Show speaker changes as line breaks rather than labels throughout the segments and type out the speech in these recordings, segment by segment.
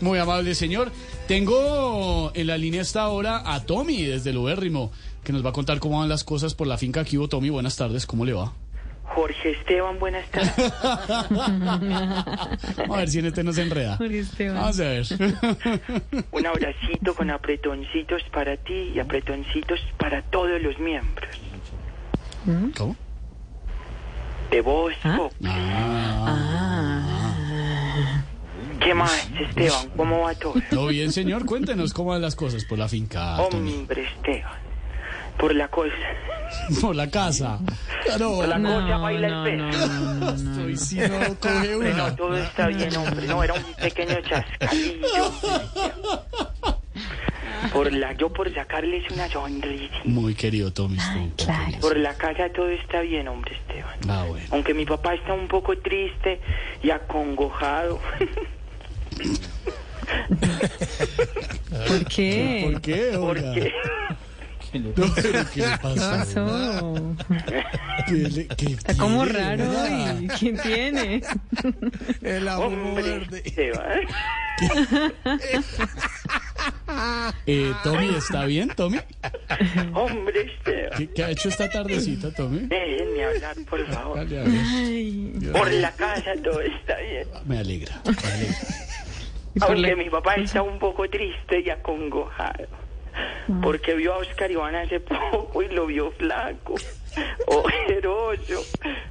Muy amable, señor. Tengo en la línea hasta ahora a Tommy desde Lubérrimo, que nos va a contar cómo van las cosas por la finca aquí. Tommy, buenas tardes, ¿cómo le va?
Jorge Esteban, buenas tardes.
A ver si en este no se enreda.
Jorge Esteban.
Vamos a ver.
Un abracito con apretoncitos para ti y apretoncitos para todos los miembros.
¿Cómo?
De vos, Populi. Ah. ¿Qué más, Esteban? ¿Cómo va todo?
Todo bien, señor. Cuéntenos cómo van las cosas por la finca, Tommy.
Hombre, Esteban. Por la cosa.
Por la casa. Claro.
Por la cosa baila el pez.
Estoy si no coge
No,
una.
todo está bien, hombre. No, era un pequeño chascadillo. Por la, yo por sacarles una sonrisita.
Muy querido, Tommy. Estoy-
Por la casa todo está bien, hombre, Esteban.
Ah, bueno.
Aunque mi papá está un poco triste y acongojado.
¿Por qué?
¿Por qué, oiga?
Porque
No, pero ¿Qué le pasa?
Eso.
¿Qué le- qué
Está como
tiene,
raro
oiga?
hoy. ¿Quién tiene?
El amor
Hombre,
verde.
Esteban.
Eh, Tommy, ¿está bien, Tommy?
Hombre, Esteban.
¿Qué, qué ha hecho esta tardecita, Tommy?
Déjenme hablar, por favor.
Dale, a ver.
Ay,
Por la casa todo está bien.
Me alegra. me alegra.
y por
Aunque
la-
mi papá está un poco triste y acongojado. Porque vio a Oscar Iván hace poco y lo vio flaco, ojeroso,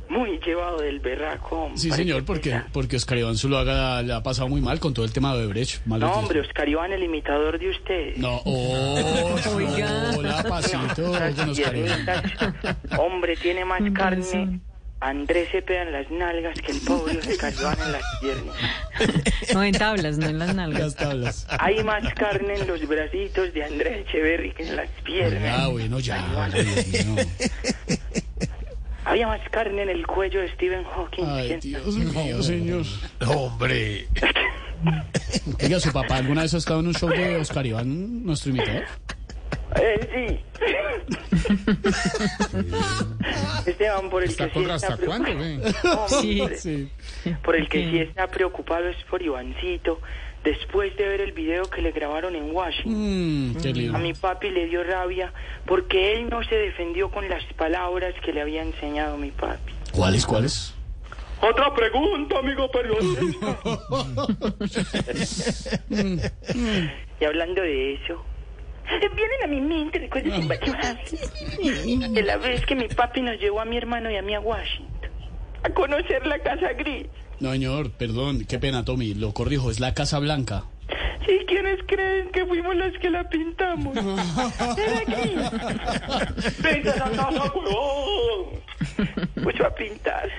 muy llevado del berraco. hombre.
Sí, señor, porque, porque Oscar Iván Zuluaga le ha pasado muy mal con todo el tema de Brecht.
No, hombre, Oscar Iván, el imitador de ustedes.
No, oh,
Oiga.
hola, pasito,
Esas
con Oscar Iván.
piernitas. Hombre, tiene más
Con
carne
razón.
Andrés Cepeda en las nalgas que el pobre Oscar Iván en las piernas.
No, en tablas, no en las nalgas.
Las tablas.
Hay más carne en los bracitos de Andrés Echeverry que en las
Ah,
piernas.
bueno, ya. ay, Dios mío.
Había más carne en el cuello de Stephen Hawking. que
Ay,
en-
Dios mío, señor.
Hombre.
Oiga, ¿su papá alguna vez ha estado en un show de Oscar Iván, nuestro imitador?
Eh, sí. Esteban, por el que sí está preocupado.
Sí.
Hombre,
Sí.
Por el que sí está preocupado es por Ivancito. Después de ver el video que le grabaron en Washington.
Mm, qué lindo.
A mi papi le dio rabia porque él no se defendió con las palabras que le había enseñado mi papi.
¿Cuáles, cuáles?
Otra pregunta, amigo periodista. y hablando de eso, vienen a mi mente recuerdos invaluables de la vez que mi papi nos llevó a mi hermano y a mí a Washington a conocer la Casa Gris.
No, señor, perdón, qué pena, Tommy, lo corrijo, es la Casa Blanca.
¿Y quiénes creen que fuimos las que la pintamos? ¡Ven aquí! ¡Vente a la casa, huevón! Mucho a pintar.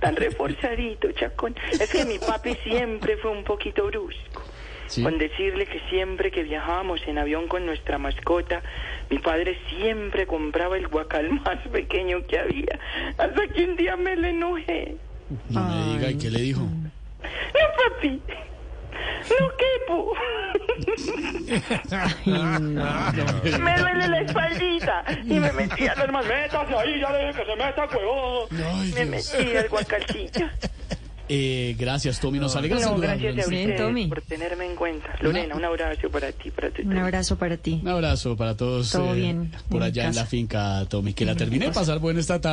Tan reforzadito, chacón. Es que mi papi siempre fue un poquito brusco.
Sí.
Con decirle que siempre que viajábamos en avión con nuestra mascota, mi padre siempre compraba el guacal más pequeño que había. Hasta que un día me le enojé.
No me diga, ¿y qué le dijo?
¡No, papi! ¡No quepo! Me duele la espaldita. Y me metía al hermano. Métase ahí, ya deje que se meta, huevón.
Ay,
Me
Dios.
metí al guacalcillo.
Eh, gracias, Tommy, nos alegra
No,
saludarlo.
gracias a
Bien,
ustedes
¿eh, Tommy.
por tenerme en cuenta. Lorena, un abrazo para ti, para tu
Un abrazo para ti.
Un abrazo para todos eh,
Todo bien,
por
en
allá en la
casa.
finca, Tommy. Que la termine de pasar buena esta tarde.